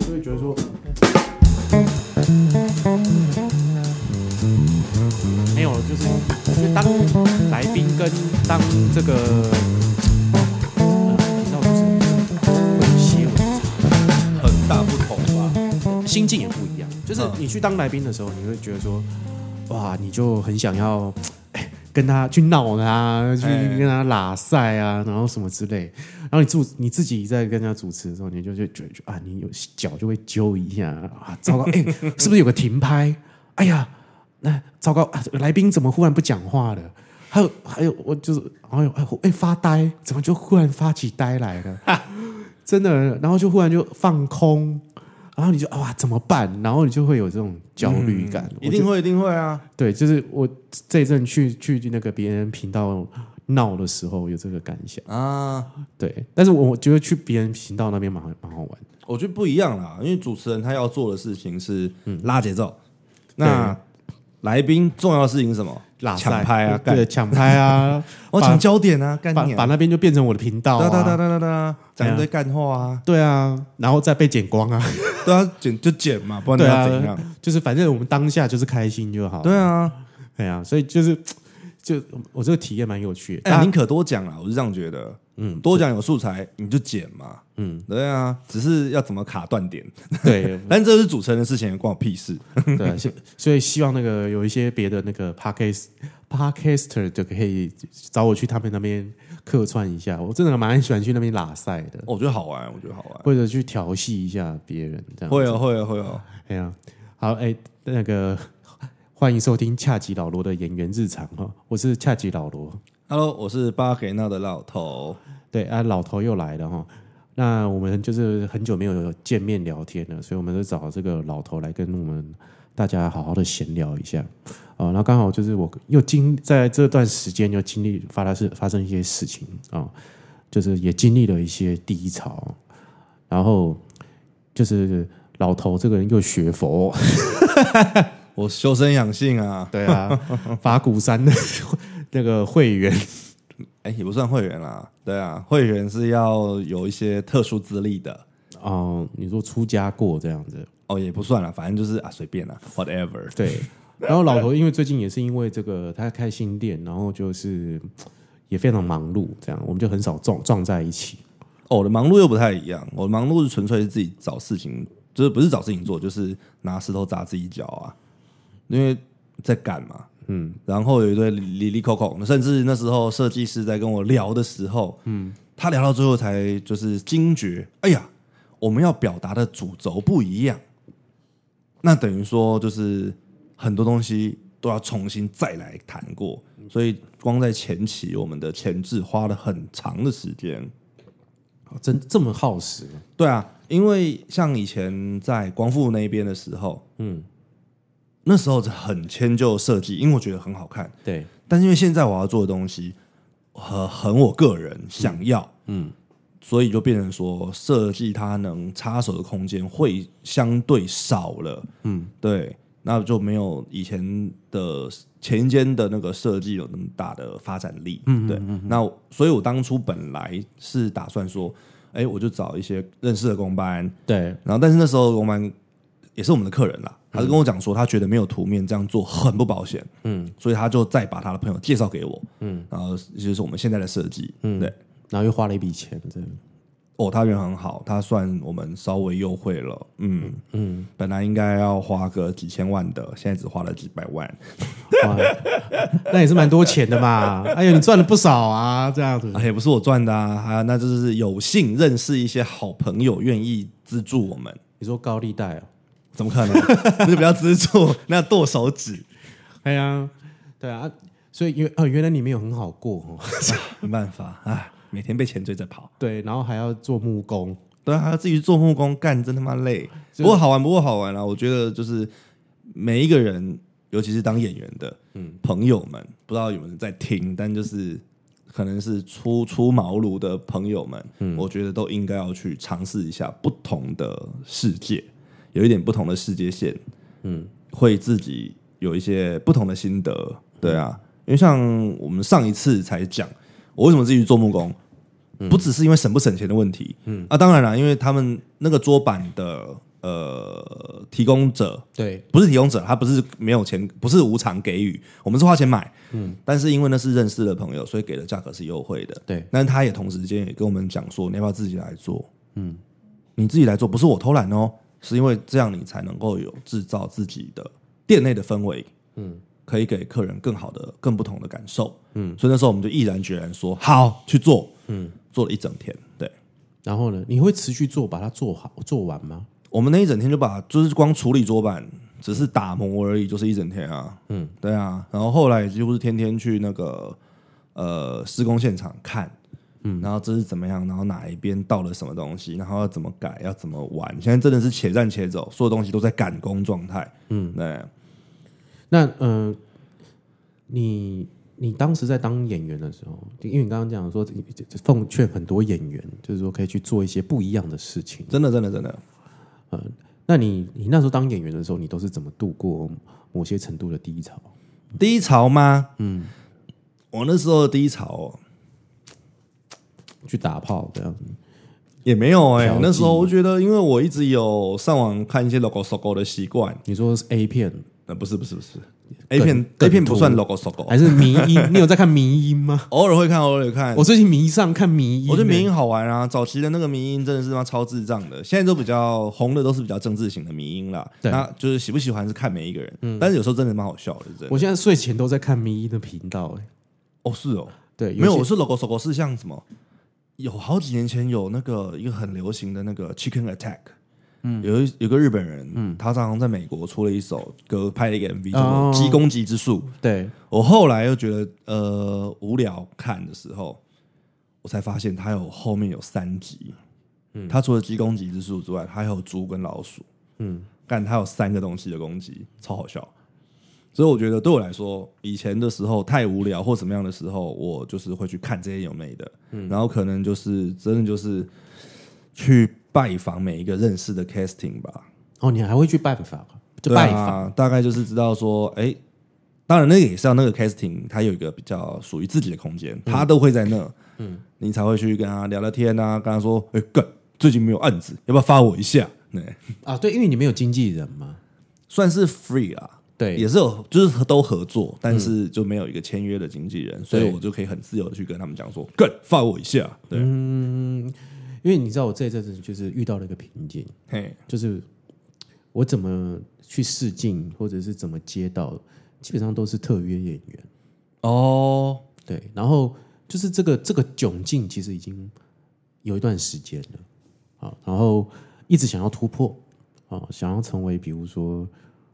就会觉得说，没有，就是就当来宾跟当这个呃频道主持人会有些微差很大不同吧？心境也不一样。就是嗯你去当来宾的时候，你会觉得说，哇，你就很想要哎跟他去闹他，去哎跟他拉塞啊，然后什么之类。然后你主你自己在跟人家主持的时候，你就就觉得啊，你有脚就会揪一下啊，糟糕，哎、是不是有个停拍？ 哎呀，那糟糕，啊、来宾怎么忽然不讲话了？还有还有，我就是哎呦哎我哎发呆，怎么就忽然发起呆来 了？真的，然后就忽然就放空，然后你就哇怎么办？然后你就会有这种焦虑感，我嗯一定就会，一定会啊！对，就是我这一阵去去那个别人频道闹的时候有这个感想，啊，对，但是我我觉得去别人频道那边蛮蛮好玩，我觉得不一样啦，因为主持人他要做的事情是嗯拉节奏，那来宾重要的事情是什么？拉塞抢拍啊，对，干，抢拍 啊，我抢焦点啊，干把你把啊！那边就变成我的频道、哒哒哒啊，哒哒哒，讲一堆干话啊，对啊，然后再被剪光啊， 对啊，剪就剪嘛，不然对你啊要怎样？就是反正我们当下就是开心就好，对啊，对啊，所以就是就我这个体验蛮有趣的，哎，大宁家可多讲啦，我是这样觉得，嗯多讲有素材你就剪嘛，嗯，对啊，只是要怎么卡断点，对，但这是主持人的事情，关我屁事。对，所以所以希望那个有一些别的那个 podcast podcaster 就可以找我去他们那边客串一下，我真的蛮喜欢去那边拉塞的，哦我觉得好玩，我觉得好玩，或者去调戏一下别人这样。会哦，会哦，会哦。哎呀，好哎，那个欢迎收听恰吉老罗的演员日常哈，我是恰吉老罗， Hello，我是巴给纳的老头。对啊，老头又来了哈。那我们就是很久没有见面聊天了，所以我们就找这个老头来跟我们大家好好的闲聊一下啊。那、刚好就是我又经在这段时间又经历发生发生一些事情啊、就是也经历了一些低潮，然后就是老头这个人又学佛，我修身养性啊，对啊， 法鼓山的那个会员，哎、也不算会员啦，对啊，会员是要有一些特殊资历的，哦、你说出家过这样子，哦，也不算啦，反正就是啊，随便啦，whatever。对， 然后老头因为最近也是因为这个他开新店，然后就是也非常忙碌，这样我们就很少撞撞在一起。哦，我的忙碌又不太一样，我的忙碌是纯粹是自己找事情，就是不是找事情做，就是拿石头砸自己脚啊，因为在赶嘛，嗯，然后有一堆里里口口，甚至那时候设计师在跟我聊的时候，嗯，他聊到最后才就是惊觉，哎呀，我们要表达的主轴不一样，那等于说就是很多东西都要重新再来谈过，所以光在前期我们的前置花了很长的时间。哦真这么耗时吗，对啊，因为像以前在光复那边的时候，嗯，那时候很迁就设计，因为我觉得很好看。对，但是因为现在我要做的东西，很很我个人想要，嗯，所以就变成说设计它能插手的空间会相对少了，嗯，对，那就没有以前的前一间的那个设计有那么大的发展力，嗯对，那所以我当初本来是打算说，哎、我就找一些认识的工班，对，然后但是那时候我们也是我们的客人啦，他就跟我讲说，他觉得没有图面这样做很不保险，嗯，所以他就再把他的朋友介绍给我，嗯，然后就是我们现在的设计，嗯，对，然后又花了一笔钱，这样 哦，他人很好，他算我们稍微优惠了，嗯嗯，本来应该要花个几千万的，现在只花了几百万，哇，那也是蛮多钱的嘛。 哎呦，你赚了不少啊，这样子。啊，也不是我赚的啊，啊，那就是有幸认识一些好朋友愿意资助我们，你说高利贷哦？怎么可能？ 那就不要资助，那剁手指，哎呀，对啊，所以原哦，原来你没有很好过哦。 没办法啊，每天被钱追着跑。对，然后还要做木工，对啊，自己去做木工干，真他妈累。这不过好玩，不过好玩啊！我觉得就是每一个人，尤其是当演员的，嗯，朋友们，不知道有没有人在听，但就是可能是初出茅庐的朋友们，嗯，我觉得都应该要去尝试一下不同的世界，有一点不同的世界线，嗯，会自己有一些不同的心得。对啊，因为像我们上一次才讲，我为什么自己去做木工，不只是因为省不省钱的问题，嗯啊，当然了，因为他们那个桌板的呃提供者，对，不是提供者，他不是没有钱，不是无偿给予，我们是花钱买，嗯，但是因为那是认识的朋友，所以给的价格是优惠的，对，但是他也同时间也跟我们讲说，你要不要自己来做？嗯，你自己来做，不是我偷懒哦，是因为这样你才能够有制造自己的店内的氛围，嗯，可以给客人更好的、更不同的感受，嗯，所以那时候我们就毅然决然说好去做，嗯，做了一整天，对。然后呢，你会持续做，把它做好做完吗？我们那一整天就把就是光处理桌板，只是打磨而已，就是一整天啊。嗯，对啊。然后后来几乎是天天去那个呃施工现场看，嗯，然后这是怎么样，然后哪一边到了什么东西，然后要怎么改，要怎么玩。现在真的是且战且走，所有东西都在赶工状态。嗯，对。那嗯、呃你你当时在当演员的时候，就因为你刚刚讲说奉劝很多演员，就是说可以去做一些不一样的事情。真的，真的，真的。那你你那时候当演员的时候，你都是怎么度过某些程度的低潮？低潮吗？嗯，我那时候的低潮、哦、去打炮这样子？也没有哎、调剂那时候我觉得，因为我一直有上网看一些 logo logo 的习惯，你说是 A 片呃，不是不是不是，A 片 A 片不算 logo logo，还是迷音？ 你有在看迷音吗？偶尔会看，偶尔有看。我最近迷上看迷音、我觉得迷欸音好玩啊，早期的那个迷音真的是他妈超智障的，现在都比较红的都是比较政治型的迷音啦。对那就是喜不喜欢是看每一个人，但是有时候真的蛮好笑的，真的。我现在睡前都在看迷音的频道、欸，哦，是哦，对，没有，些我是 logo logo 是像什么？有好几年前有那个一个很流行的那个 Chicken Attack，嗯，有一有个日本人，嗯，他常常在美国出了一首歌，拍了一个 MV 叫哦做《鸡公鸡之术》。对，我后来又觉得呃无聊看的时候，我才发现它有后面有三集。嗯，它除了鸡公鸡之术之外，它还有猪跟老鼠。嗯，但它有三个东西的攻击，超好笑。所以我觉得对我来说，以前的时候太无聊或怎么样的时候，我就是会去看这些有没的，然后可能就是真的就是去拜访每一个认识的 casting 吧，哦，你还会去拜访，就对拜访，啊，大概就是知道说，哎、当然那个也是要那个 casting，他有一个比较属于自己的空间，他都会在那，嗯，你才会去跟他聊聊天啊，跟他说，哎、干，最近没有案子，要不要发我一下？对，啊，对，因为你没有经纪人嘛，算是 free 啊，对也是有，就是都合作，但是就没有一个签约的经纪人，所以我就可以很自由的去跟他们讲说，干，发我一下，对，嗯因为你知道我这一阵子就是遇到了一个瓶颈，嘿，就是我怎么去试镜或者是怎么接到，基本上都是特约演员，哦，对，然后就是这个这个窘境其实已经有一段时间了，好，然后一直想要突破，啊，想要成为比如说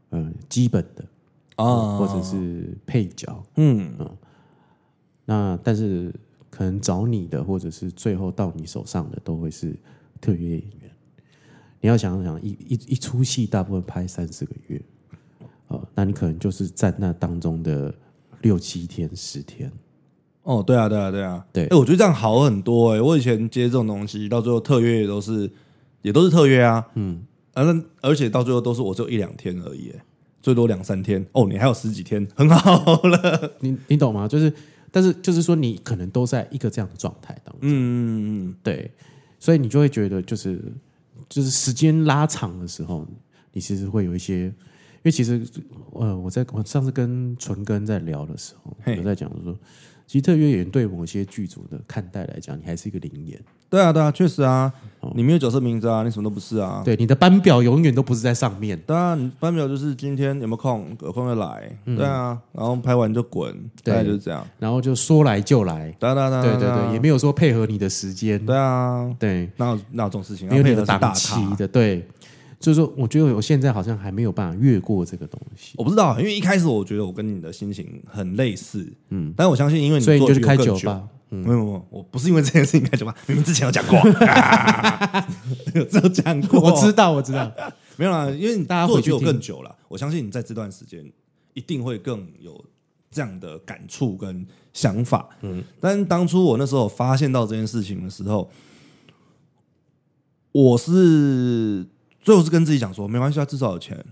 呃基本的啊，或者是配角，嗯，那但是可能找你的，或者是最后到你手上的，都会是特约演员。你要想想，一一一出戏大部分拍三四个月，呃，那你可能就是在那当中的六七天、十天。哦，对啊，对啊，对啊，对哎、我觉得这样好很多哎、我以前接这种东西，到最后特约也都是也都是特约啊，嗯，啊，那而且到最后都是我只有一两天而已、哎最多两三天。哦，你还有十几天，很好了。 你你懂吗？就是，但是就是说，你可能都在一个这样的状态当中，嗯，对，所以你就会觉得，就是就是时间拉长的时候，你其实会有一些，因为其实呃，我在我上次跟纯根在聊的时候，嘿有在讲说，其实特约演员对某些剧组的看待来讲，你还是一个灵演，对啊，对啊，确实啊，你没有角色名字啊，你什么都不是哦啊。对，你的班表永远都不是在上面，当然，班表就是今天有没有空，有空就来，对啊，然后拍完就滚，嗯对大概就是这样。然后就说来就来，哒哒哒，对对对，也没有说配合你的时间，对啊，对，哪有哪有这种事情？啊没有你的要配合是档大期咖的，对，就是说，我觉得我现在好像还没有办法越过这个东西，我不知道，因为一开始我觉得我跟你的心情很类似，嗯，但我相信因为你所以你做就剧去开又更酒久，吧，嗯没有没有没有，我不是因为这件事情开酒吧，明明之前有讲过， 啊、有这有讲过，我知道，我知道。没有啦，因为你大家做回去剧有听更久了，我相信你在这段时间一定会更有这样的感触跟想法，嗯，但当初我那时候发现到这件事情的时候，我是最后是跟自己讲说，没关系啊，至少有钱。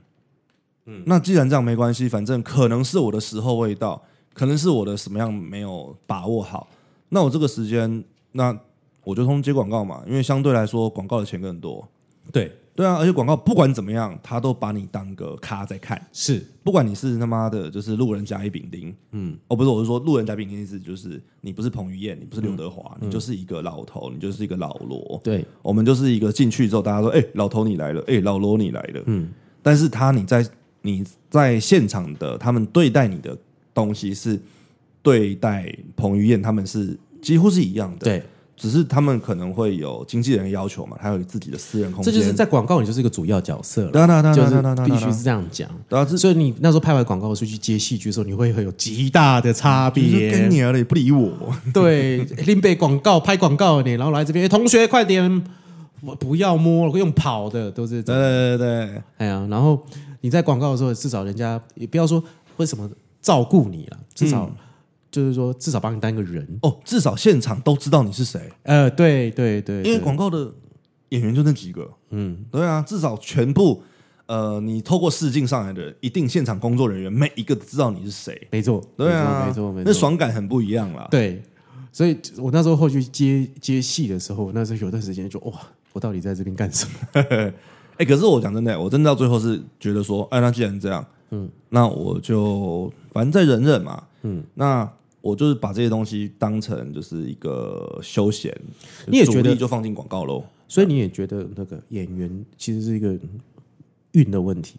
嗯，那既然这样没关系，反正可能是我的时候未到，可能是我的什么样没有把握好。那我这个 时间，那我就通接广告嘛，因为相对来说广告的钱更多。对，对啊，而且广告不管怎么样，他都把你当个咖在看。是不管你是他妈的，就是路人甲乙丙丁，嗯，哦，不是，我是说路人甲乙丙丁的意思就是你不是彭于晏，你不是刘德华，嗯你就是一个老头，你就是一个老罗。对，我们就是一个进去之后，大家说，哎、老头你来了，哎、老罗你来了，嗯，但是他你在你在现场的，他们对待你的东西是对待彭于晏，他们是几乎是一样的，，对，只是他们可能会有经纪人的要求嘛，他有自己的私人空这间，就是在广告里就是一个主要角色了，对啊，对啊，对啊，就对是啊，对啊，对啊必须是这样讲。对啊，这所以你那时候拍完广告出去接戏剧的时候，你会会有极大的差嗯就是别跟。你儿的也不理我，对，林北广告拍广告你，然后来这边，哎同学快点，我不要摸了，用跑的都是这对样。对对对，哎呀，然后你在广告的时候，至少人家也不要说为什么照顾你了，至少、嗯就是说至少把你当一个人。哦，至少现场都知道你是谁，呃，对对对，因为对广告的演员就那几个，嗯，对啊，至少全部，呃，你透过试镜上来的人，一定现场工作人员每一个知道你是谁，没错，对啊，没错没错，没错那爽啊感很不一样啦。对，所以我那时候后续接接戏的时候，那时候有段时间就哇，我到底在这边干 什么？哎、可是我讲真的，我真的到最后是觉得说，哎，那既然这样，嗯，那我就反正再忍忍嘛，嗯，那。我就是把这些东西当成就是一个休闲，你也主觉得力就放进广告喽？所以你也觉得那个演员其实是一个运的问题，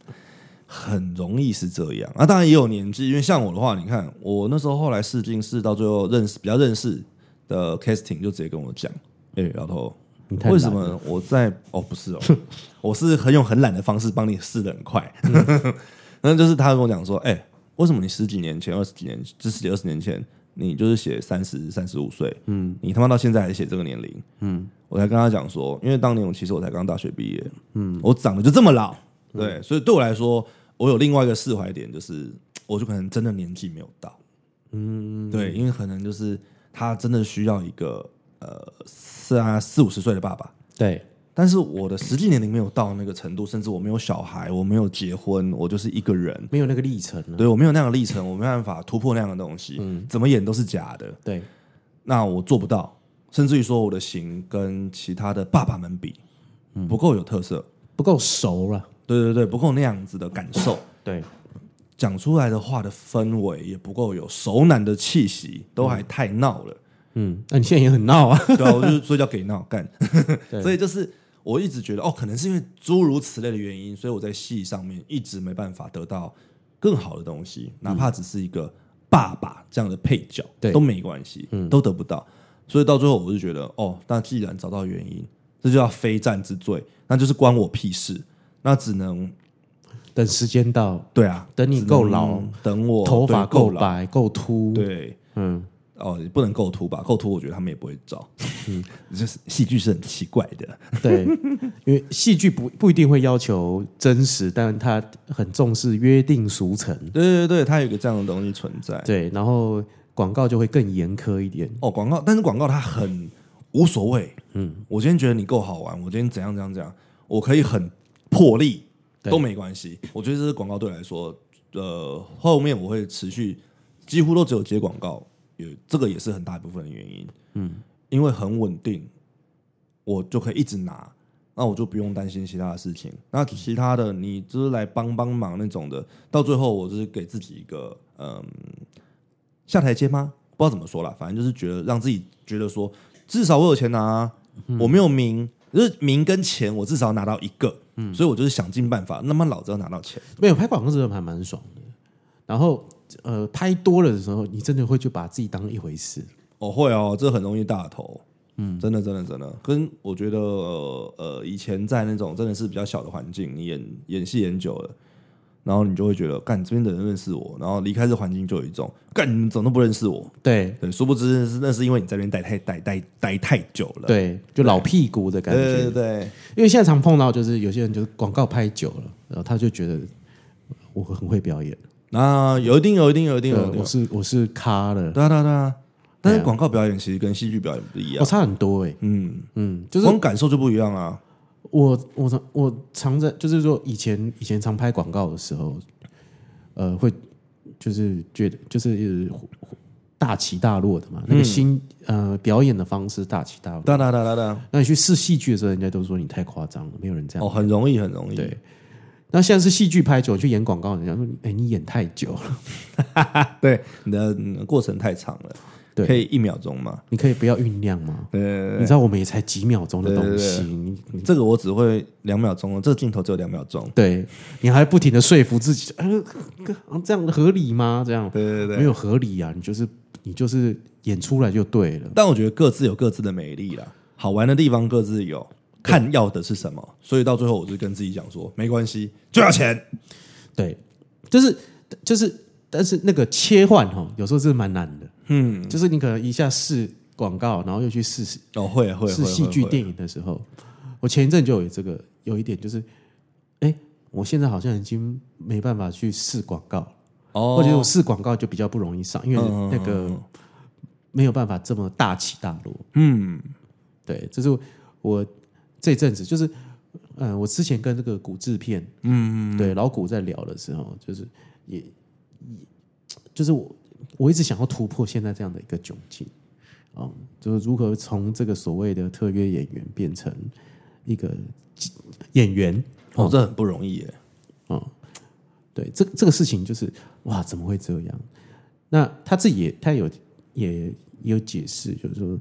很容易是这样。那、啊当然也有年纪，因为像我的话，你看我那时候后来试镜试到最后认识比较认识的 casting 就直接跟我讲，哎、老头，你太为什懒了？么我在哦不是哦，我是很用很懒的方式帮你试的很快，那就是他跟我讲说，哎、为什么你十几年前、二十几年、这十几二十年前，你就是写三十三十五岁，嗯，你他妈到现在还写这个年龄，嗯，我才跟他讲说，因为当年我其实我才刚大学毕业，嗯，我长得就这么老，对，所以对我来说，我有另外一个释怀点，就是我就可能真的年纪没有到，嗯，对，因为可能就是他真的需要一个呃四啊四五十岁的爸爸，对，但是我的实际年龄没有到那个程度，甚至我没有小孩，我没有结婚，我就是一个人，没有那个历程啊了。对我没有那样的历程，我没办法突破那样的东西，怎么演都是假的，对，那我做不到，甚至于说我的型跟其他的爸爸们比不够有特色，不够熟啊了。对对对，不够那样子的感受，对，讲出来的话的氛围也不够有熟男的气息，都还太闹了。嗯，那、你现在也很闹啊。 对啊，我就是所以叫给闹干对， 所以就是我一直觉得哦，可能是因为诸如此类的原因，所以我在戏上面一直没办法得到更好的东西，哪怕只是一个爸爸这样的配角，嗯对嗯都没关系，都得不到。所以到最后，我就觉得哦，那既然找到原因，这就叫非战之罪，那就是关我屁事，那只能等时间到，对啊，等你只能够老，等我头发对够够老，白够秃，对，嗯，哦，也不能构图吧？构图我觉得他们也不会找， 就是戏剧是很奇怪的，对，因为戏剧不不一定会要求真实，但它很重视约定俗成。对对对，它有一个这样的东西存在。对，然后广告就会更严苛一点。哦，广告，但是广告它很无所谓。嗯，我今天觉得你够好玩，我今天怎样怎样怎样，我可以很破例对都没关系。我觉得这是广告对我来说，呃，后面我会持续几乎都只有接广告，有这个也是很大一部分的原因。嗯，因为很稳定，我就可以一直拿。那我就不用担心其他的事情。那其他的，你就是来帮帮忙那种的，到最后我就是给自己一个嗯下台阶吗？不知道怎么说啦，反正就是觉得让自己觉得说，至少我有钱拿啊、嗯我没有名，就是名跟钱，我至少拿到一个，嗯所以我就是想尽办法，那么老子要拿到钱。没有拍广告真的还蛮爽的。然后呃，拍多了的时候，你真的会就把自己当一回事。哦，会哦，这很容易大头，嗯，真的，真的，真的，跟我觉得呃呃，以前在那种真的是比较小的环境，你演演戏演久了。然后你就会觉得，干这边的人认识我，然后离开这环境就有一种，干你们怎么都不认识我？对对，殊不知是那是因为你在那边待太待待待太久了。对，就老屁股的感对觉对。对，因为现在常碰到就是有些人就是广告拍久了，然后他就觉得我很会表演，那有一定有一定有一定对，有一定我，是我是咖了，对啊对啊对啊。但是广告表演其实跟戏剧表演不一我样，差很多哎、嗯，嗯，就就是是光感受就不一样啊。我我常我常在就是说以前以前常拍广告的时候，呃，会就是觉得就是大起大落的嘛，那个嗯新、呃表演的方式大起大落。哒哒哒哒哒，那你去试戏剧的时候，人家都说你太夸张了，没有人这样。哦，很容易，很容易。对，那现在是戏剧拍久，去演广告，人家说，哎，你演太久了，对，你的嗯过程太长了，对可以一秒钟嘛？你可以不要酝酿吗？对对 对你知道我们也才几秒钟的对对东对西，你对这个我只会两秒钟哦，这个镜头只有两秒钟。对你还不停的说服自己，呃，这样合理吗？这样对对对没对，有合理啊，你就是你就是演出来就对了。但我觉得各自有各自的美丽啦，好玩的地方各自有，看要的是什么。所以到最后，我就跟自己讲说，没关系，就要钱。对，就是就是，但是那个切换哈、哦，有时候是蛮难的。嗯，就是你可能一下试广告，然后又去试试哦，会会会，戏剧电影影的时候，我前一阵就有这个有一点就是，哎，我现在好像已经没办法去试广告了，哦，或者我试广告就比较不容易上，因嗯为那个没有办法这么大起大落。嗯，对，这是我这阵子就是，嗯、我之前跟那个古制片，嗯，对，老古在聊的时候，就是也也，就是我我一直想要突破现在这样的一个窘境，啊、就是如何从这个所谓的特约演员变成一个演员，哦，这很不容易耶。对，这这个事情就是哇，怎么会这样？那他自己也他有也也有解释，就是说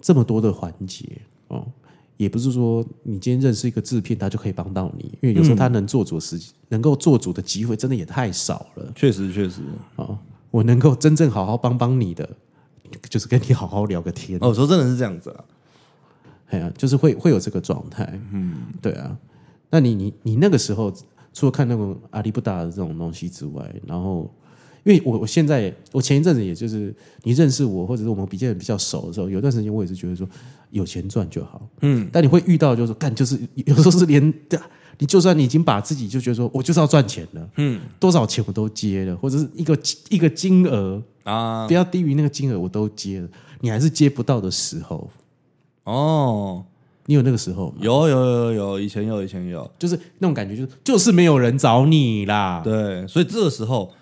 这么多的环节哦，也不是说你今天认识一个制片，他就可以帮到你，因为有时候他能做主的时、能够做主的机会真的也太少了确实，确实。哦。我能够真正好好帮帮你的，就是跟你好好聊个天，哦，我说真的是这样子啊。哎呀、就是会会有这个状态，嗯，对啊。那你你你那个时候除了看那种阿里不达的这种东西之外，然后因为我我现在我前一阵子也就是你认识我，或者是我们比较比较熟的时候，有段时间我也是觉得说有钱赚就好，嗯。但你会遇到就是干就是有时候是连 你就算你已经把自己就觉得说我就是要赚钱了，嗯，多少钱我都接了，或者是一个一个金额啊，不要低于那个金额我都接了，你还是接不到的时候，哦，你有那个时候吗？有有有有，以前有，以前有。就是那种感觉，就是就是没有人找你啦。对，所以这个时候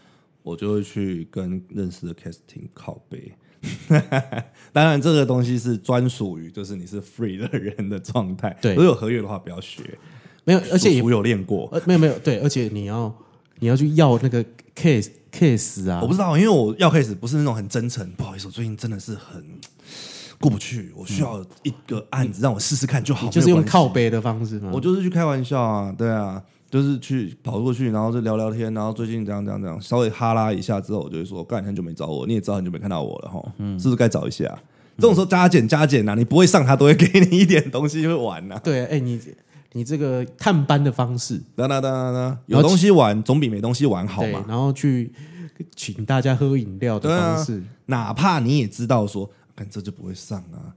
我就会去跟认识的 casting 靠背。 当然，这个东西是专属于就是你是 free 的人的状态。对如果有合约的话，不要学。没有，而且也我有练过，呃没有没有对，而且你要你要去要那个 case case 啊我，不知道，因为我要开始不是那种很真诚。不好意思，我最近真的是很过不去，我需要一个案子让我试试看就好。就是没有用关系靠背的方式嘛。我就是去开玩笑啊，对啊，就是去跑过去，然后就聊聊天，然后最近怎样怎样怎样，稍微哈拉一下之后，我就会说，干，很久没找我，你也知道很久没看到我了哈，嗯是不是该找一下？这种时候加减加减呐、啊，你不会上，他都会给你一点东西会玩呐、啊。对，哎，你你这个探班的方式，哒哒哒哒哒，有东西玩总比没东西玩嗯好对，嘛。然后去请大家喝饮料的对啊方式，哪怕你也知道说，干这就不会上啊，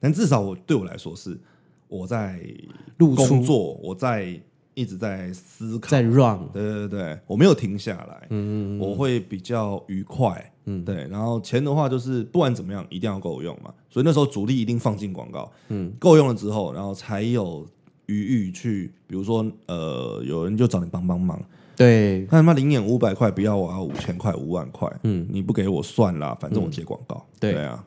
但至少我对我来说是我在露出工作，我在一直在思考，再 run，对对对，我没有停下来，嗯，我会比较愉快，嗯，对。然后钱的话，就是不管怎么样，一定要够用嘛。所以那时候主力一定放进广告，嗯，够用了之后，然后才有余裕去，比如说呃，有人就找你帮帮忙，对，那他妈零点五百块不要，我要五千块、五万块，嗯，你不给我算啦，反正我接广告，对对啊，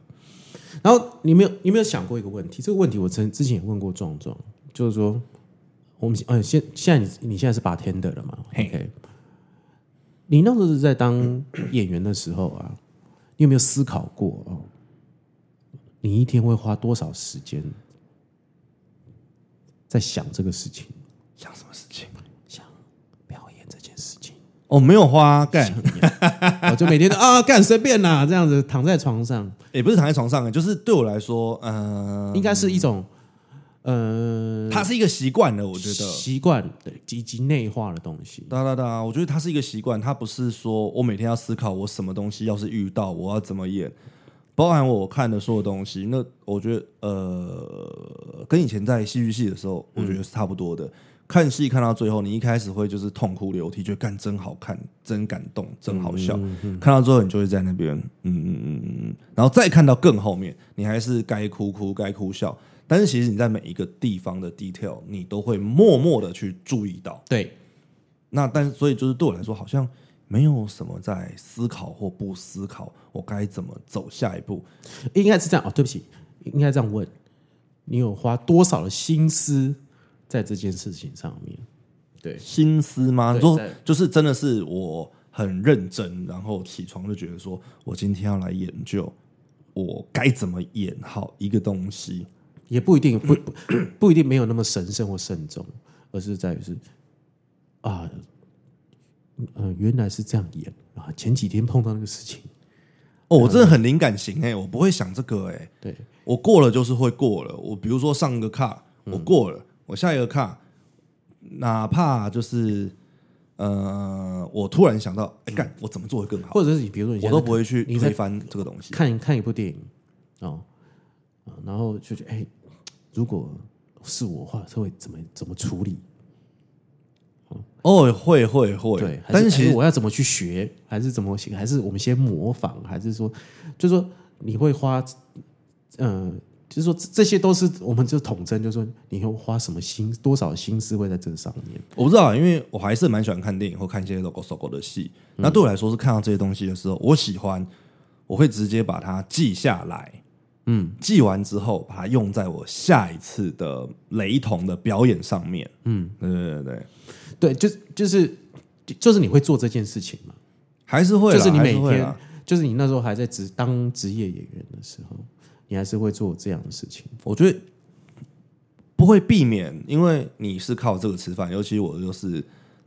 然后你没有你没有想过一个问题？这个问题我曾之前也问过壮壮，就是说我们嗯，现现在你你现在是 bartender 了嘛嘿？OK，你那时候是在当演员的时候啊，你有没有思考过哦？你一天会花多少时间在想这个事情、想什么事情？表演这件事情？ 哦，没有花干，我就每天都啊干随便啦，这样子躺在床上，也不是躺在床上，就是对我来说，嗯，应该是一种呃它是一个习惯了，我觉得。习惯对以及内化的东西。哒哒哒，我觉得它是一个习惯，它不是说我每天要思考我什么东西，要是遇到我要怎么演，包含我看的所有东西。那我觉得呃，跟以前在戏剧系的时候，我觉得是差不多的。看戏看到最后，你一开始会就是痛哭流涕，觉得干真好看，真感动，真好笑。看到最后，你就会在那边，嗯嗯嗯嗯嗯，然后再看到更后面，你还是该哭哭，该哭笑。但是其实你在每一个地方的 detail，你都会默默的去注意到。对，那但是所以就是对我来说，好像没有什么在思考或不思考我该怎么走下一步。应该是这样哦。对不起，应该这样问：你有花多少的心思在这件事情上面？对，心思吗？对就在就是真的是我很认真，然后起床就觉得说我今天要来研究我该怎么演好一个东西。也不一定不不不一定没有那么神圣或慎重，而是在于是啊，嗯呃，原来是这样演啊。前几天碰到那个事情，哦，我真的很灵感型哎、我不会想这个哎、对，我过了就是会过了。我比如说上个卡，我过了，我下一个卡，哪怕就是呃，我突然想到，哎、干，我怎么做会更好？或者是你比如说你我现在都不会去你在推翻这个东西。看看一部电影哦、啊然后就觉得哎、如果是我的话，会怎么怎么处理？哦，会会会，对，还但是是其还是实我要怎么去学，还是怎么行，还是我们先模仿，还是说，就是说你会花，嗯、就是说这这些都是我们就统称，就是说你会花什么心，多少心思会在这上面。我不知道，因为我还是蛮喜欢看电影或看一些 logo logo 的戏。嗯那对我来说是看到这些东西的时候，我喜欢，我会直接把它记下来。嗯，记完之后把它用在我下一次的雷同的表演上面。嗯，对对对对，对，就就是就是你会做这件事情嘛？还是会啦，就是你还每会天啦，，就是你那时候还在职当职业演员的时候，你还是会做这样的事情。啊我觉得不会避免，因为你是靠这个吃饭，尤其我就是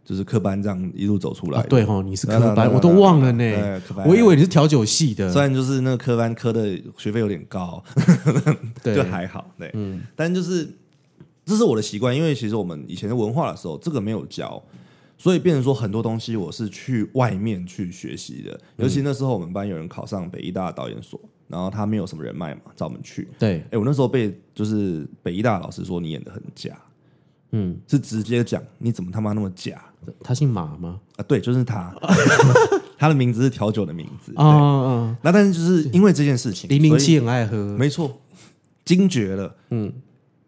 就是科班这样一路走出来啊，的。对哦，你是来来科班，来我都来来忘了对呢。科班我以为你是调酒系的，虽然就是那个科班科的学费有点高，对就，还好，对，嗯，但就是这是我的习惯，因为其实我们以前的文化的时候，这个没有教，所以变成说很多东西我是去外面去学习的，嗯尤其那时候我们班有人考上北医大的导演所，然后他没有什么人脉嘛，找我们去，对，哎、我那时候被就是北医大的老师说你演的很假，嗯，是直接讲你怎么他妈那么假他姓马吗？啊？对，就是他， 他的名字是调酒的名字，啊对啊，啊那但是就是因为这件事情，零零所以七很爱喝没错，惊觉了，嗯，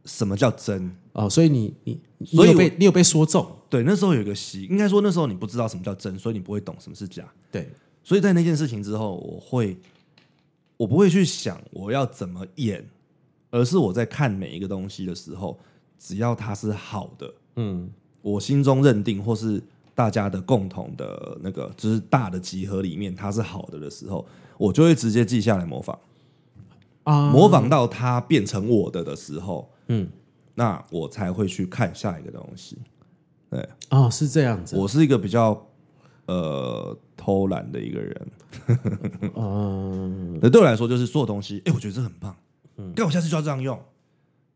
什么叫真？哦，所以你你你所以有我被你有被说中，对，那时候有一个习，应该说那时候你不知道什么叫真，所以你不会懂什么是假。对，所以在那件事情之后，我会，我不会去想我要怎么演，而是我在看每一个东西的时候，只要它是好的，嗯，我心中认定或是大家的共同的那个就是大的集合里面它是好的的时候，我就会直接记下来模仿。啊，模仿到它变成我的的时候，嗯嗯，那我才会去看下一个东西。对哦，是这样子，我是一个比较呃偷懒的一个人，嗯，那对我来说就是所有东西，哎、我觉得这很棒，嗯，但我下次就要这样用。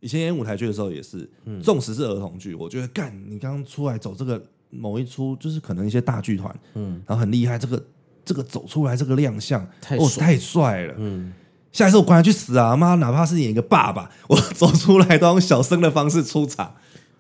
以前演舞台剧的时候也是，嗯纵使是儿童剧，我觉得干你刚刚出来走这个某一出，就是可能一些大剧团，嗯，然后很厉害，这个这个走出来这个亮相，太哦爽太帅了，嗯。下一次我管他去死啊！妈，哪怕是演一个爸爸，我走出来都要用小生的方式出场，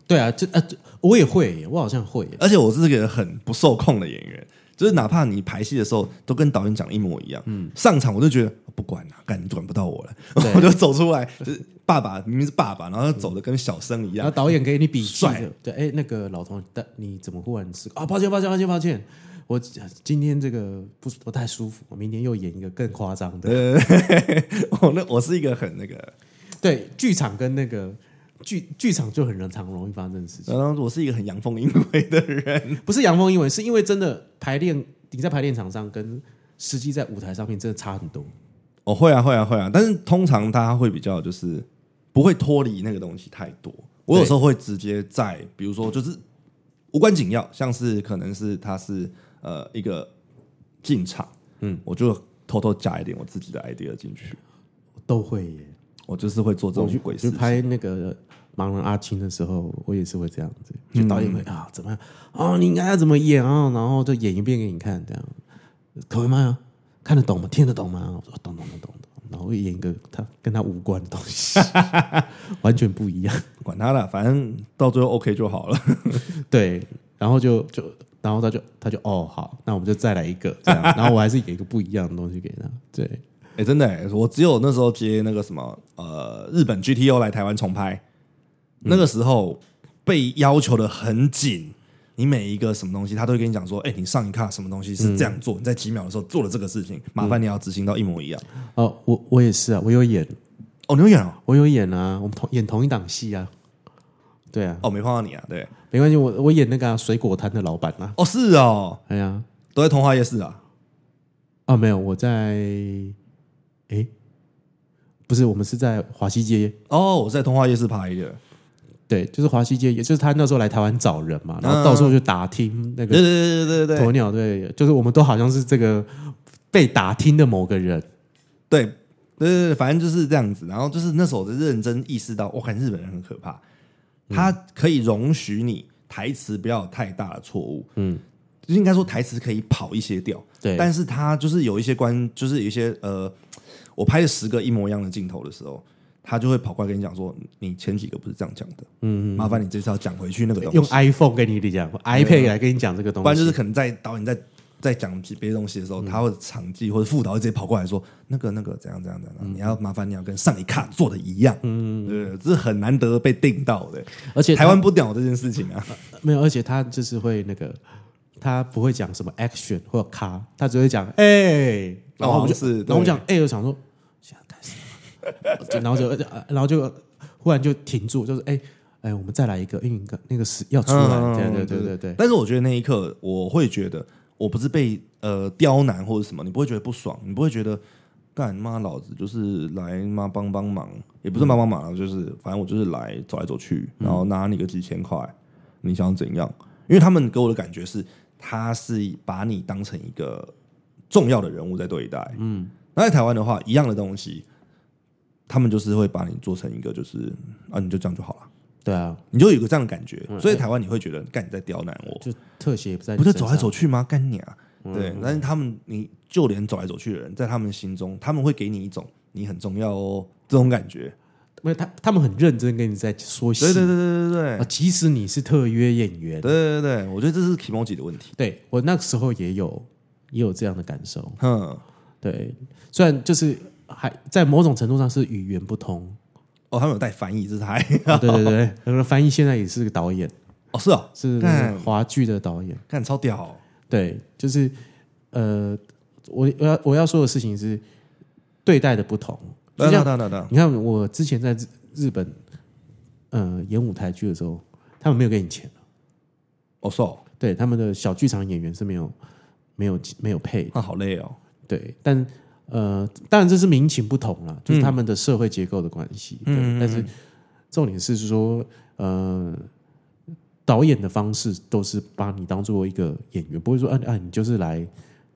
对啊，这啊，这我也会耶，我好像会耶，而且我是个很不受控的演员，就是哪怕你排戏的时候都跟导演讲一模一样，嗯，上场我就觉得不管了、干你管不到我了，对 我就走出来，就是爸爸明明是爸爸，然后走的跟小生一然样后，导演给你笔记帅的，对，哎，那个老同，但你怎么忽然是啊？抱歉，抱歉，抱歉，抱歉，我今天这个不不太舒服，我明天又演一个更夸张的，呃， 我那我是一个很那个，对，剧场跟那个剧剧场就很人常容易发生的事情。然后我是一个很阳奉阴违的人，不是阳奉阴违，是因为真的排练，你在排练场上跟实际在舞台上面真的差很多。我、会啊会啊会啊，但是通常他会比较就是不会脱离那个东西太多，我有时候会直接在比如说就是无关紧要，像是可能是他是呃一个进场，嗯，我就偷偷加一点我自己的 idea 进去，都会耶。我就是会做这我种去鬼事去情。拍那个盲人阿青的时候，我也是会这样子，嗯就导演会、啊怎么样啊，你应该要怎么演啊，然后就演一遍给你看，这样可以吗？看得懂吗？听得懂吗？我说哦懂懂懂懂懂，然后演一个他跟他无关的东西， 完全不一样。管他了，反正到最后 OK 就好了。对，然后就就然后他就他就哦好，那我们就再来一个这样，然后我还是演一个不一样的东西给他。对，哎、真的、欸，我只有那时候接那个什么呃日本 GTO 来台湾重拍，那个时候被要求的很紧，你每一个什么东西，他都会跟你讲说，哎、你上一卡什么东西是这样做，你在几秒的时候做了这个事情，麻烦你要执行到一模一样。哦，我我也是啊，我有演，哦，你有演哦，我有演啊，我们同演同一档戏啊。对啊，哦，没碰到你啊，对，没关系，我我演那个啊、水果摊的老板啊。哦，是哦，哎呀，都在通化夜市啊，啊没有，我在，哎，不是，我们是在华西街，哦，我是在通化夜市拍的，对，就是华西街，也就是他那时候来台湾找人嘛，然后到处就打听那嗯对个对对对对对鸵鸟，对，就是我们都好像是这个被打听的某个人。对对对对，反正就是这样子。然后就是那时候我就认真意识到，我看日本人很可怕，他可以容许你台词不要有太大的错误，嗯，就应该说台词可以跑一些掉，对，但是他就是有一些关，就是有一些呃，我拍了十个一模一样的镜头的时候。他就会跑过来跟你讲说：“你前几个不是这样讲的，嗯，麻烦你这次要讲回去那个东西。”用 iPhone 跟你讲，iPad 来跟你讲这个东不然西，嗯就是可能在导演在在讲别的东西的时候，他会场记或者副导会直接跑过来说：“那个那个怎样怎样怎样，嗯你要麻烦你要跟上一卡做的一样。”嗯，对，这是很难得被定到的。而且台他湾不屌这件事情啊，没有，而且他就是会那个，他不会讲什么 action 或者卡，他只会讲哎、然后我们就、好像哦是然后我们对讲哎、我想说现在开始了吗，然后 就而且然后就忽然就停住，就是哎哎、我们再来一个，因为那个是要出来，嗯对对对对对，但是我觉得那一刻，我会觉得我不是被呃刁难或者什么，你不会觉得不爽，你不会觉得干妈老子就是来妈帮帮忙，也不是帮帮忙啊，就是反正我就是来走来走去，然后拿你个几千块，你想怎样？因为他们给我的感觉是，他是把你当成一个重要的人物在对待。嗯，那在台湾的话，一样的东西，他们就是会把你做成一个，就是啊，你就这样就好了。对啊，你就有个这样的感觉，所以台湾你会觉得，干你在刁难我，就特写不在不是是走来走去吗？干你啊！嗯对，但是他们，你就连走来走去的人，在他们心中，他们会给你一种你很重要哦这种感觉。没有他他们很认真跟你在说戏，对对对对对啊，即使你是特约演员对对，对对，我觉得这是 emoji 的问题。对我那时候也有也有这样的感受。哼，对，虽然就是还在某种程度上是语言不 通，哦哦，他们有带翻译，这是还对 对对，那个翻译现在也是个导演，哦是哦，是干华剧的导演。干超屌哦，对，就是呃，我我要我要说的事情是对待的不同，就对像对对对对，你看我之前在日日本，呃，演舞台剧的时候，他们没有给你钱，哦是哦，对，他们的小剧场演员是没有没有没有配的那好累哦，对，但呃，当然这是民情不同啦，就是他们的社会结构的关系。对，但是重点是说，呃，导演的方式都是把你当做一个演员，不会说啊啊，你就是来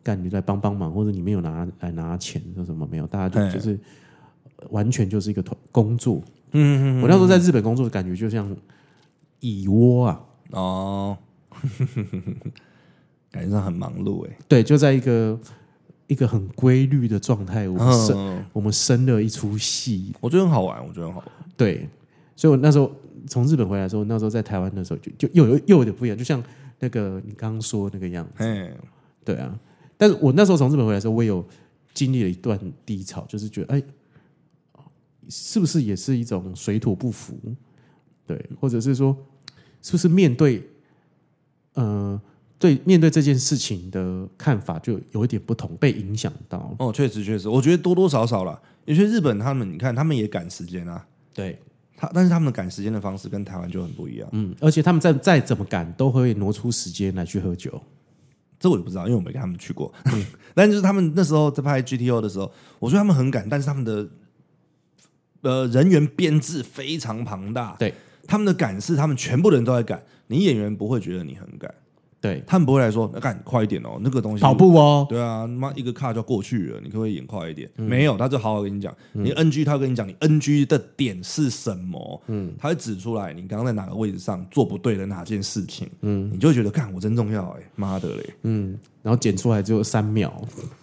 干，你来帮帮忙，或者你没有拿来拿钱说什么没有，大家嘿就就是完全就是一个团工作。嗯嗯，我那时候在日本工作的感觉就像蚁窝啊，哦， 感觉上很忙碌哎，对，就在一个一个很规律的状态，我们生、嗯，我们生了一出戏，我觉得很好玩，我觉得很好玩。对，所以我那时候从日本回来的时候，那时候在台湾的时候就，就又有又有点不一样，就像那个你刚刚说那个样，嘿，对啊。但是我那时候从日本回来的时候，我也有经历了一段低潮，就是觉得哎，是不是也是一种水土不服？对，或者是说，是不是面对，呃，对面对这件事情的看法就有一点不同，被影响到。哦，确实确实，我觉得多多少少啦。有些日本他们，你看他们也赶时间啊，对，他但是他们赶时间的方式跟台湾就很不一样。嗯，而且他们再再怎么赶，都会挪出时间来去喝酒。这我也不知道，因为我没跟他们去过。 但就是他们那时候在拍 GTO 的时候，我觉得他们很赶，但是他们的呃人员编制非常庞大，对，他们的赶是他们全部人都在赶，你演员不会觉得你很赶，对，他们不会来说赶快一点哦，那个东西跑步哦，对啊，妈一个卡就过去了，你可不可以演快一点？没有，他就好好跟你讲，你 NG，他会跟你讲你 NG 的点是什么，嗯，他会指出来你刚刚在哪个位置上做不对的哪件事情，嗯，你就会觉得，干我真重要哎、妈的嘞，嗯，然后剪出来只有三秒。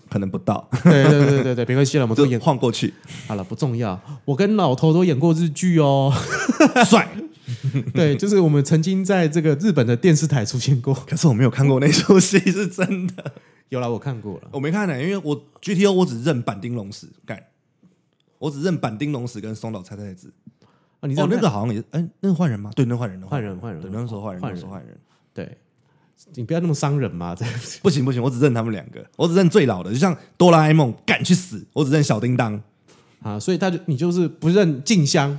可能不到，对对对对对，没关 系了，我们都就演晃过去，好了，不重要。我跟老头都演过日剧哦， 帅。对，就是我们曾经在这个日本的电视台出现过。 可是我没有看过那出戏，是真的，有啦，我看过了。 我没看呢、欸因为我 GTO 我只认板丁龙史干，我只认板丁龙史跟松岛菜菜子。啊，你知道哦，那看个好像也，哎、那个换人吗？对，那个换人，那个换人换人对，那时候换人，换那人时候换人。对，你不要那么伤人嘛，这样 子不行不行，我只认他们两个，我只认最老的，就像哆啦 A 梦，敢去死！我只认小叮当，啊，所以他就你就是不认静香，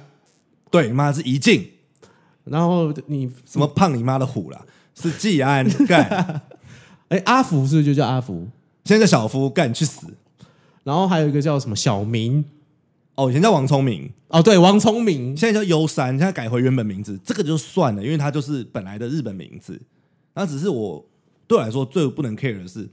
对，妈是一静，然后你什么胖你妈的虎啦，是季安 干，哎阿福是不是就叫阿福？现在叫小夫干去死！然后还有一个叫什么小明，哦，以前叫王聪明，哦对，王聪 明，现在叫优山，现在改回原本名字，这个就算了，因为他就是本来的日本名字。那只是我对我来说最不能 care 的是，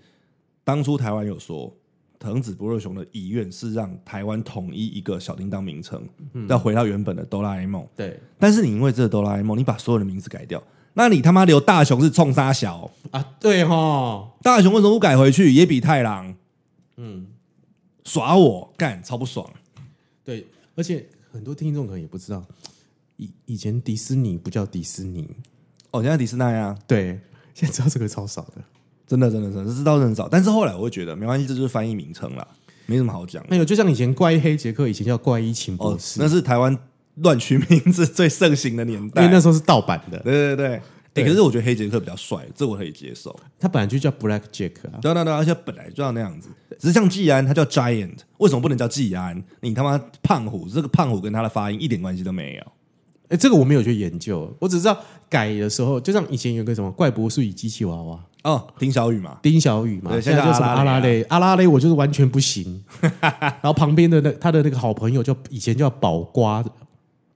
当初台湾有说藤子不二雄的遗愿是让台湾统一一个小叮当名称，要回到原本的哆啦 A 梦。对但是你因为这个哆啦 A 梦，你把所有的名字改掉，那你他妈留大雄是冲沙小，啊对哈，大雄为什么不改回去？野比太郎，嗯，耍我干，超不爽。对，而且很多听众可能也不知道，以以前迪士尼不叫迪士尼，哦，现在迪士尼啊，对，现在知道这个超少的。真的真的真的，这知道真的少。但是后来我会觉得没关系，这就是翻译名称啦，没什么好讲的。那有就像以前怪医黑杰克，以前叫怪医秦博哦，士，那是台湾乱取名字最盛行的年因为代。那时候是盗版的，对对对。对欸、可是我觉得黑杰克比较帅，这我可以接受。他本来就叫 Black Jack 啊，对对对，而且本来就要那样子。只是像季安，他叫 Giant，为什么不能叫季安？你他妈胖虎，这个胖虎跟他的发音一点关系都没有。哎，这个我没有去研究，我只知道改的时候，就像以前有个什么怪博士与机器娃娃，哦，丁小雨嘛，丁小雨嘛，对现在现在就是什么阿阿拉拉啊蕾，阿拉蕾我就是完全不 行。然后旁边的那他的那个好朋友叫以前叫宝瓜，哦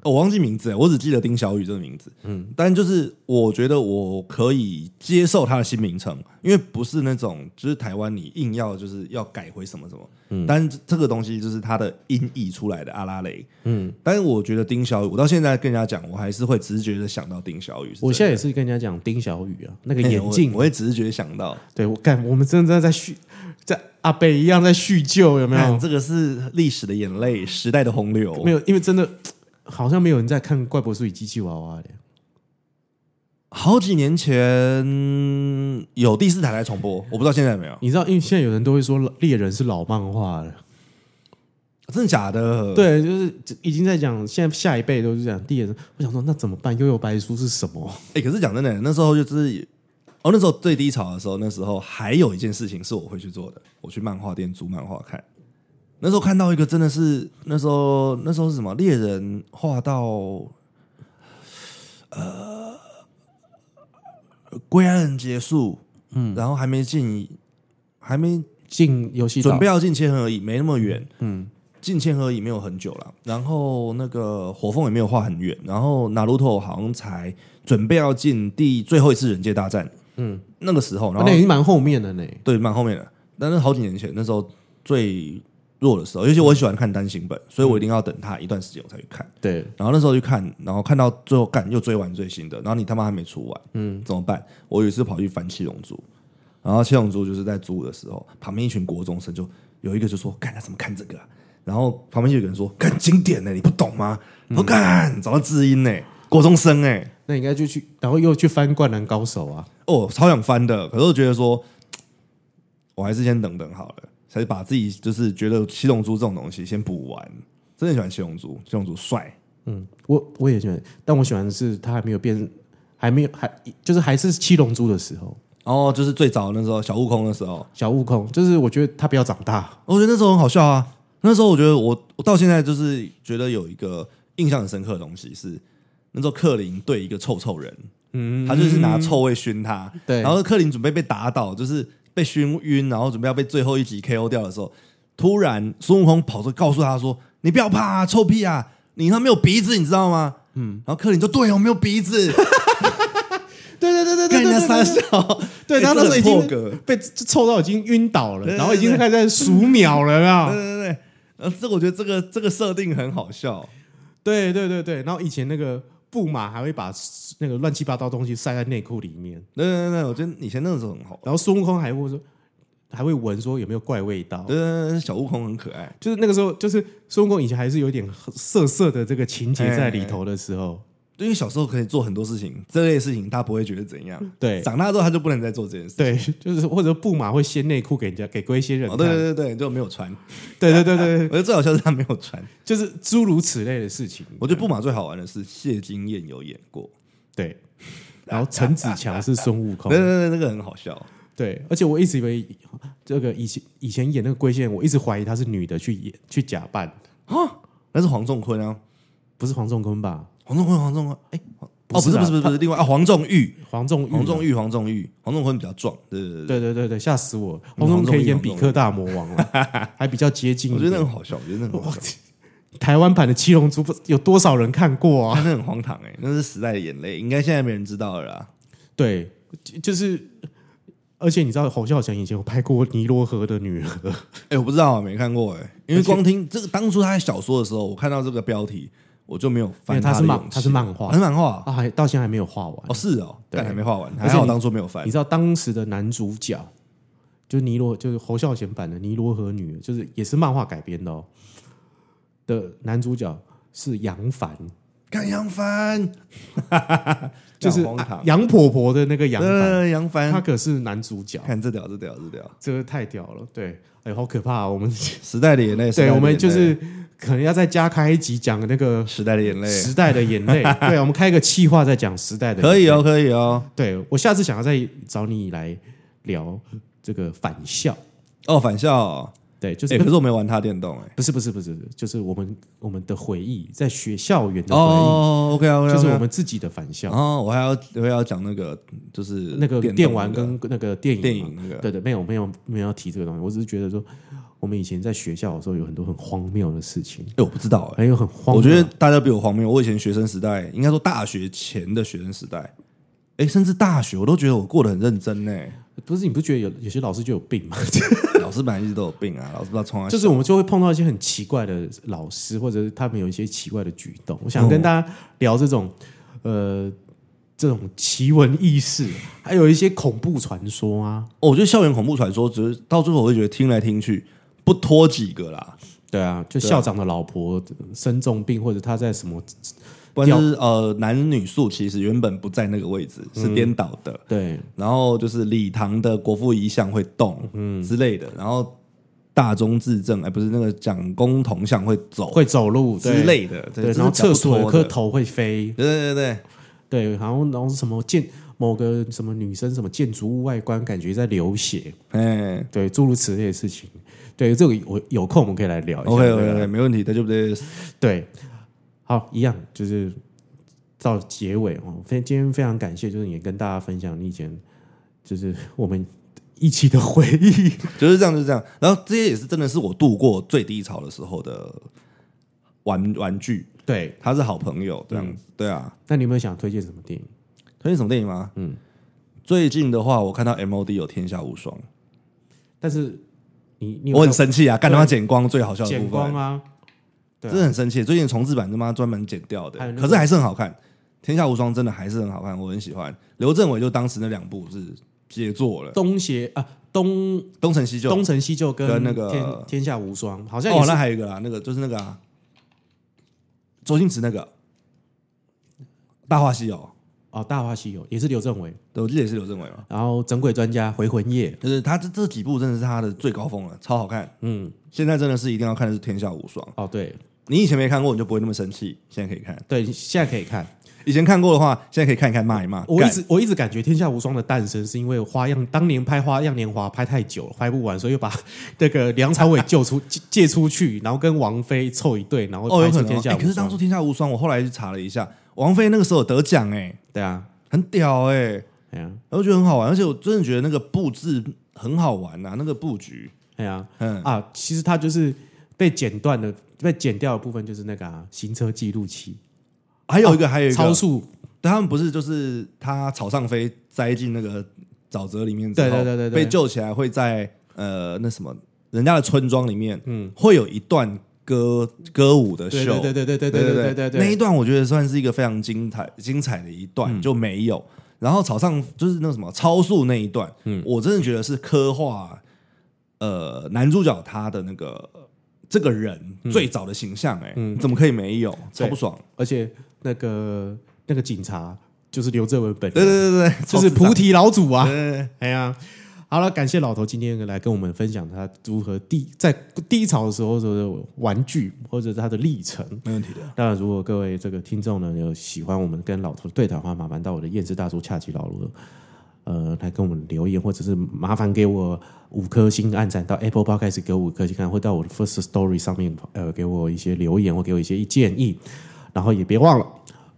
我忘记名字了，我只记得丁小雨这个名字。嗯，但就是我觉得我可以接受他的新名称，因为不是那种就是台湾你硬要就是要改回什么什么。嗯，但是这个东西就是它的音译出来的阿拉蕾。嗯，但是我觉得丁小雨，我到现在跟人家讲，我还是会直觉的想到丁小雨是真的。我现在也是跟人家讲丁小雨啊，那个嘿眼镜，我，我会直觉想到，对我干，我们真的在叙，在阿北一样在叙旧，有没有看？这个是历史的眼泪，时代的洪流。没有，因为真的好像没有人在看怪博士与机器娃娃的。好几年前有第四台来重播，我不知道现在有没有，你知道，因为现在有人都会说猎人是老漫画了，真的假的？对，就是已经在讲，现在下一辈都是讲猎人。我想说，那怎么办？悠悠白书是什么？哎、可是讲真的，那时候就是，哦，那时候最低潮的时候，那时候还有一件事情是我会去做的，我去漫画店租漫画看。那时候看到一个真的是，那时候那时候是什么猎人画到，呃，归安人结束，嗯，然后还没进，还没进游戏准岛备要进千和乙，没那么远。嗯，进千和乙没有很久了，然后那个火凤也没有画很远，然后拿路头好像才准备要进第最后一次人界大战。嗯，那个时候，然啊后、那已经蛮后面的呢。对蛮后面的，但是好几年前那时候最弱的时候，尤其我很喜欢看单行本，所以我一定要等它一段时间我才去看。对，然后那时候去看，然后看到最后干又追完最新的，然后你他妈还没出完，嗯，怎么办？我有一次跑去翻《七龙珠》，然后《七龙珠》就是在租的时候，旁边一群国中生就有一个就说：“干他怎么看这个啊、然后旁边就有个人说：“干经典呢、你不懂吗？”我说干找到知音呢、欸国中生哎、那你应该就去，然后又去翻《灌篮高手》啊。哦，超想翻的，可是我觉得说，我还是先等等好了，才把自己就是觉得《七龙珠》这种东西先补完。真的喜欢七龙珠，七龙珠帅，嗯我我也喜欢，但我喜欢的是他还没有变，还没有还就是还是七龙珠的时候，然后哦就是最早那时候小悟空的时候，小悟空，就是我觉得他不要长大。我觉得那时候很好笑啊。那时候我觉得我我到现在就是觉得有一个印象很深刻的东西是，那时候克林对一个臭臭人，嗯，他就是拿臭味熏他，对然后克林准备被打倒，就是被熏晕，然后准备要被最后一集 KO 掉的时候，突然孙悟空跑着告诉他说：“你不要怕啊，臭屁啊，你他没有鼻子，你知道吗？”嗯，然后克林就对哦，没有鼻子，对对对对跟对人对家撒对对，笑，对，他那时候已破经格，被臭到已经晕倒了，对对然后已经开始在数秒了，有没有？对对对，然后这我觉得这个这个设定很好笑，对对对对，然后以前那个布马还会把那个乱七八糟东西塞在内裤里面，对对对，我觉得以前那个时候很好。然后孙悟空还会说，还会闻说有没有怪味道。对对对，小悟空很可爱。就是那个时候，就是孙悟空以前还是有点色色的这个情节在里头的时候，因为小时候可以做很多事情，这类事情他不会觉得怎样。对长大之后他就不能再做这件事。对，就是或者布马会掀内裤给人家给龟仙人哦，看，对对对对，就没有穿。对对对对我对觉得最好笑是他没有穿。就是诸如此类的事情。 我觉得布马最好玩的是谢金燕有演过，对，然后陈子强是孙悟空 对，对对，那个很好笑。对，而且我一直以为这个以前以前演那个龟仙人，我一直怀疑她是女的去演去假扮，那是黄仲坤啊，不是黄仲坤吧？黄仲坤，黄仲坤，哎、不哦，不是是啊嗯不是不是不是，另外啊，黄仲玉，黄仲玉，黄仲玉，黄仲玉，黄仲坤比较壮，对对对对对对对，吓死我！嗯黄仲可以演黄仲玉比克大魔王了， 还比较接近我一觉得点。那个很好笑，我觉得那个很好笑，台湾版的《七龙珠》不有多少人看过哇，啊？ 那很荒唐哎、那是时代的眼泪，应该现在没人知道了啦。对，就就是，而且你知道侯孝贤以前有拍过《尼罗河的女儿》，哎、我不知道啊，没看过哎、因为光听这个，当初他在小说的时候，我看到这个标题，我就没有因翻为它的是漫勇，气它是漫画啊 是漫画啊，还到现在还没有画完哦，。是哦，对但还没画完，而且还好你当初没有翻你。知道当时的男主角就是尼罗，就是侯孝贤版的《尼罗河女儿》，就是也是漫画改编的哦。的男主角是杨凡，看杨 帆，就是那很荒唐啊杨婆婆的那个杨凡，呃杨帆他，可是男主角，看这屌这屌这屌，这个太屌了，对，哎呦，好可怕、啊！我们时代的眼泪，时代对，的我们眼就泪是可能要再加开一集讲那个时代的眼泪，时代的眼 泪，对，我们开一个气话再讲时代的，可以。哦，可以哦。对我下次想要再找你来聊这个返校，哦，返校、哦，对，就哎、是、可是我没玩他电动哎、不是不是不是，就是我们我们的回忆，在学校园的回忆，哦，OK 啊，OK 啊，就是 OK 啊我。们自己的返校，哦，我还要我还要讲那个，就是那个电动电玩那个跟那个电影嘛电影那个对对，没有没有没有要提这个东西，我只是觉得说，我们以前在学校的时候有很多很荒谬的事情，哎、我不知道哎、还有很荒谬。啊我觉得大家比我荒谬。我以前学生时代，应该说大学前的学生时代，哎、甚至大学我都觉得我过得很认 真呢、不是，你不觉得有有些老师就有病 吗？老师本来一直都有病啊，老师不知道冲啊，就是我们就会碰到一些很奇怪的老师，或者是他们有一些奇怪的举动。我哦想跟大家聊这种，呃，这种奇闻异事，还有一些恐怖传说啊。哦，我觉得校园恐怖传说，只是到最后我会觉得听来听去不脱几个啦，对啊，就校长的老婆生重病，或者他在什么不然就是呃男女宿其实原本不在那个位置，嗯是颠倒的。对然后就是礼堂的国父遗像会动，嗯之类的，然后大中至正，哎，不是那个蒋公铜像会走会走路之，对类的，对，然后厕所有科颗，头会飞，对对对对，对，然后然后什么建某个什么女生什么建筑物外观感觉在流血，哎对，诸如此类的事情。对，这个有有空我们可以来聊一下。 ，OK 对 OK 啊 OK，没问题，对就不对？对，好，一样就是到结尾哦。非今天非常感谢，就是你跟大家分享你以前就是我们一起的回忆。就是这样，就是这样。然后这些也是真的是我度过最低潮的时候的玩玩具，对，他是好朋友这样子，嗯对啊。那你有没有想推荐什么电影？推荐什么电影吗？嗯，最近的话，我看到 MOD 有《天下无双但是你你》，有我很看生气啊，干他妈剪光最好笑的剪部分光。啊，对啊真的很生气。最近重置版他妈专门剪掉的还有，那个可是还是很好看，《天下无双》真的还是很好看，我很喜欢。刘镇伟就当时那两部是杰作了，《东邪啊东东成西就》东成西就跟跟那个天天下无双，好像哦也，是、那还有一个啦，那个就是那个、啊、周星驰那个《大话西游》，哦大话西游也是刘镇伟，对我记得也是刘镇伟嘛。然后整鬼专家回魂夜，就是他这这几部真的是他的最高峰了，超好看。嗯，现在真的是一定要看的是《天下无双》，哦对你以前没看过，你就不会那么生气，现在可以看。对，现在可以看。以前看过的话，现在可以看一看，骂一骂。我一啊干直我一直感觉《天下无双》的诞生是因为花样当年拍《花样年华》拍太久了，拍不完，所以又把 那个梁朝伟救出 借借出去，然后跟王菲凑一对，然后哦，拍有出《可能、天哦下欸无可是双当》初《天下无双》，我后来去查了一下，王菲那个时候有得奖哎、对啊，很屌哎、欸，哎呀，我觉得很好玩，而且我真的觉得那个布置很好玩啊呐、那个布局，哎呀，嗯，啊，其实他就是被剪断的，被剪掉的部分就是那个、啊、行车记录器，还有一哦个，还哎有一个，超速，对他们不是就是他草上飞栽进那个沼泽里面之后，对对对对对被救起来会在呃那什么人家的村庄里面，嗯，会有一段歌歌舞的秀，对对对对对对对对对对嗯那一段我觉得算是一个非常精彩精彩的一段，就没有。然后草上就是那什么超速那一段，嗯我真的觉得是刻画呃男主角他的那个这个人嗯最早的形象、哎、怎么可以没有？超不爽！而且那个那个警察就是刘镇伟本人，对对对对，就是超智障菩提老祖啊，对对对哎呀，好了，感谢老头今天来跟我们分享他如何低在低潮的时候的玩具或者是他的历程。没问题的。当然，如果各位这个听众呢有喜欢我们跟老头的对谈的话，麻烦到我的验尸大叔恰吉老卢，呃，来跟我们留言，或者是麻烦给我五颗星按赞，到 Apple Podcast 给我五颗星看，或到我的 First Story 上面呃给我一些留言或给我一些建议，然后也别忘了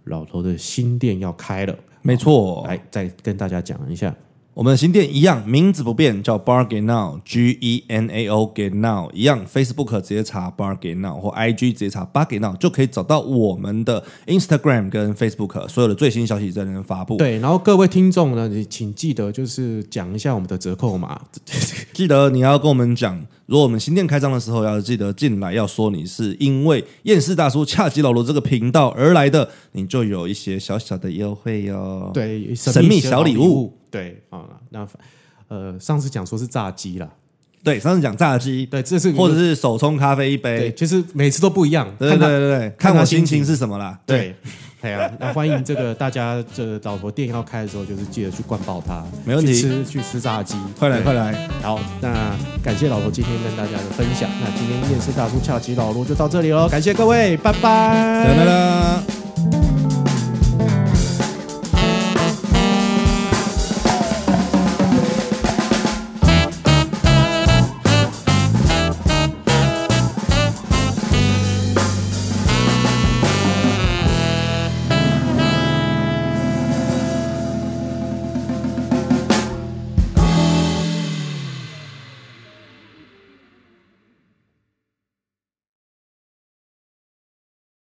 老头的新店要开了，没错，来再跟大家讲一下。我们的新店一样，名字不变，叫 Bargain Now G E N A O Get Now 一样，Facebook 直接查 Bargain Now 或 IG 直接查 Bargain Now 就可以找到我们的 Instagram 跟 Facebook 所有的最新消息在那边发布。对，然后各位听众呢，你请记得就是讲一下我们的折扣码，记得你要跟我们讲，如果我们新店开张的时候，要记得进来要说你是因为厌世大叔恰吉老罗这个频道而来的，你就有一些小小的优惠哦哟、对，神秘小礼物，对啊，那呃，上次讲说是炸鸡啦，对，上次讲炸鸡，对，这是或者是手冲咖啡一对，杯，其实每次都不一样，对看对他对对，看看他我心心情情是什么啦。对，对，哎呀，那欢迎这个大家这个老婆店要开的时候，就是记得去灌爆它，没问题去吃去吃炸鸡，快来对快来，好，那感谢老婆今天跟大家的分享，那今天夜市大叔恰吉老罗就到这里喽，感谢各位，拜拜，来来啦。